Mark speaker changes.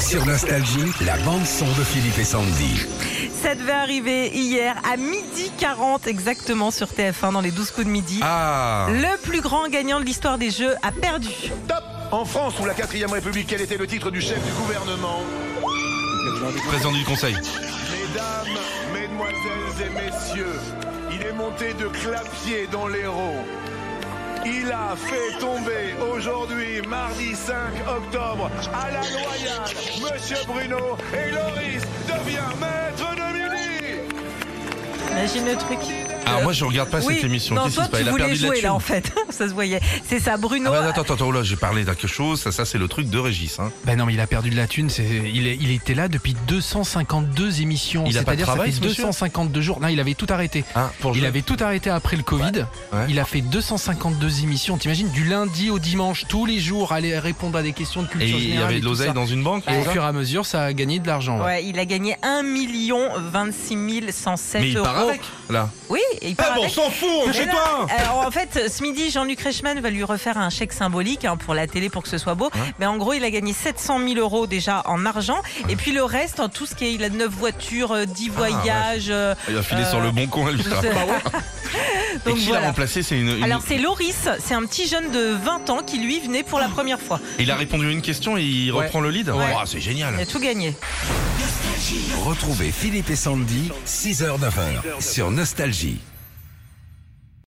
Speaker 1: Sur Nostalgie, la bande-son de Philippe et Sandy.
Speaker 2: Ça devait arriver hier à midi 40 exactement sur TF1 dans les 12 coups de midi.
Speaker 3: Ah
Speaker 2: Le plus grand gagnant de l'histoire des jeux a perdu.
Speaker 4: Top En France, sous la 4ème République, quel était le titre du chef du gouvernement
Speaker 3: Président du conseil.
Speaker 4: Mesdames, mesdemoiselles et messieurs, il est monté de clapier dans l'Hérault. Il a fait tomber aujourd'hui, mardi 5 octobre, à la Loyale, Monsieur Bruno et Loris devient maître de midi
Speaker 2: Imagine le truc.
Speaker 3: Alors Ah, moi je regarde pas cette émission.
Speaker 2: non,
Speaker 3: Qu'est-ce qui
Speaker 2: toi
Speaker 3: se passe
Speaker 2: tu
Speaker 3: Il a
Speaker 2: voulais
Speaker 3: perdu de la
Speaker 2: jouer
Speaker 3: thune.
Speaker 2: là en fait, ça se voyait. C'est ça,
Speaker 3: Ah
Speaker 2: Bruno.
Speaker 3: bah, attends, attends, attends, là j'ai parlé d'un quelque chose, ça, ça c'est le truc de Régis. Hein.
Speaker 5: Bah non, mais il a perdu de la thune. c'est- Il, est- il était là depuis 252 émissions.
Speaker 3: Il a pas de
Speaker 5: C'est-à-dire, ça
Speaker 3: travail,
Speaker 5: fait
Speaker 3: ce monsieur
Speaker 5: 252 jours. Non, il avait tout arrêté.
Speaker 3: Hein, pour
Speaker 5: il
Speaker 3: jouer.
Speaker 5: avait tout arrêté après le Covid.
Speaker 3: Ouais.
Speaker 5: Il a fait 252 émissions. T'imagines, du lundi au dimanche, tous les jours, aller répondre à des questions de
Speaker 3: Et
Speaker 5: culture
Speaker 3: il y
Speaker 5: générale
Speaker 3: avait
Speaker 5: et
Speaker 3: de
Speaker 5: tout
Speaker 3: l'oseille
Speaker 5: ça.
Speaker 3: dans une banque
Speaker 5: Et
Speaker 3: c'est
Speaker 5: au
Speaker 3: ça
Speaker 5: fur et à mesure, ça a gagné de l'argent. ouais.
Speaker 2: Ouais, il a gagné 1 26 107
Speaker 3: Mais il
Speaker 2: euros.
Speaker 3: part avec, Ah, là.
Speaker 2: Oui, il part avec.
Speaker 3: s'en fout,
Speaker 2: Mais non, Euh, alors, en fait, ce midi, Jean-Luc Reichmann va lui refaire un chèque symbolique hein, pour la télé pour que ce soit beau. Mais en gros, il a gagné 700 000 euros déjà en argent. Et puis le reste, en tout ce qui est, il a 9 voitures, euh, 10
Speaker 3: Ah,
Speaker 2: voyages. euh,
Speaker 3: Il Ah, a filé
Speaker 2: Euh,
Speaker 3: sur le bon coin, lui. ça. Et
Speaker 2: Donc
Speaker 3: qui l'a
Speaker 2: voilà.
Speaker 3: remplacé C'est une. une-
Speaker 2: Alors c'est Loris, c'est un petit jeune de 20 ans qui lui venait pour la première fois.
Speaker 3: Il a répondu à une question et il
Speaker 5: Ouais.
Speaker 3: reprend le lead.
Speaker 2: Ouais.
Speaker 3: Oh, c'est génial.
Speaker 2: Il a tout gagné.
Speaker 1: Retrouvez Philippe et Sandy, 6h-9h, sur Nostalgie.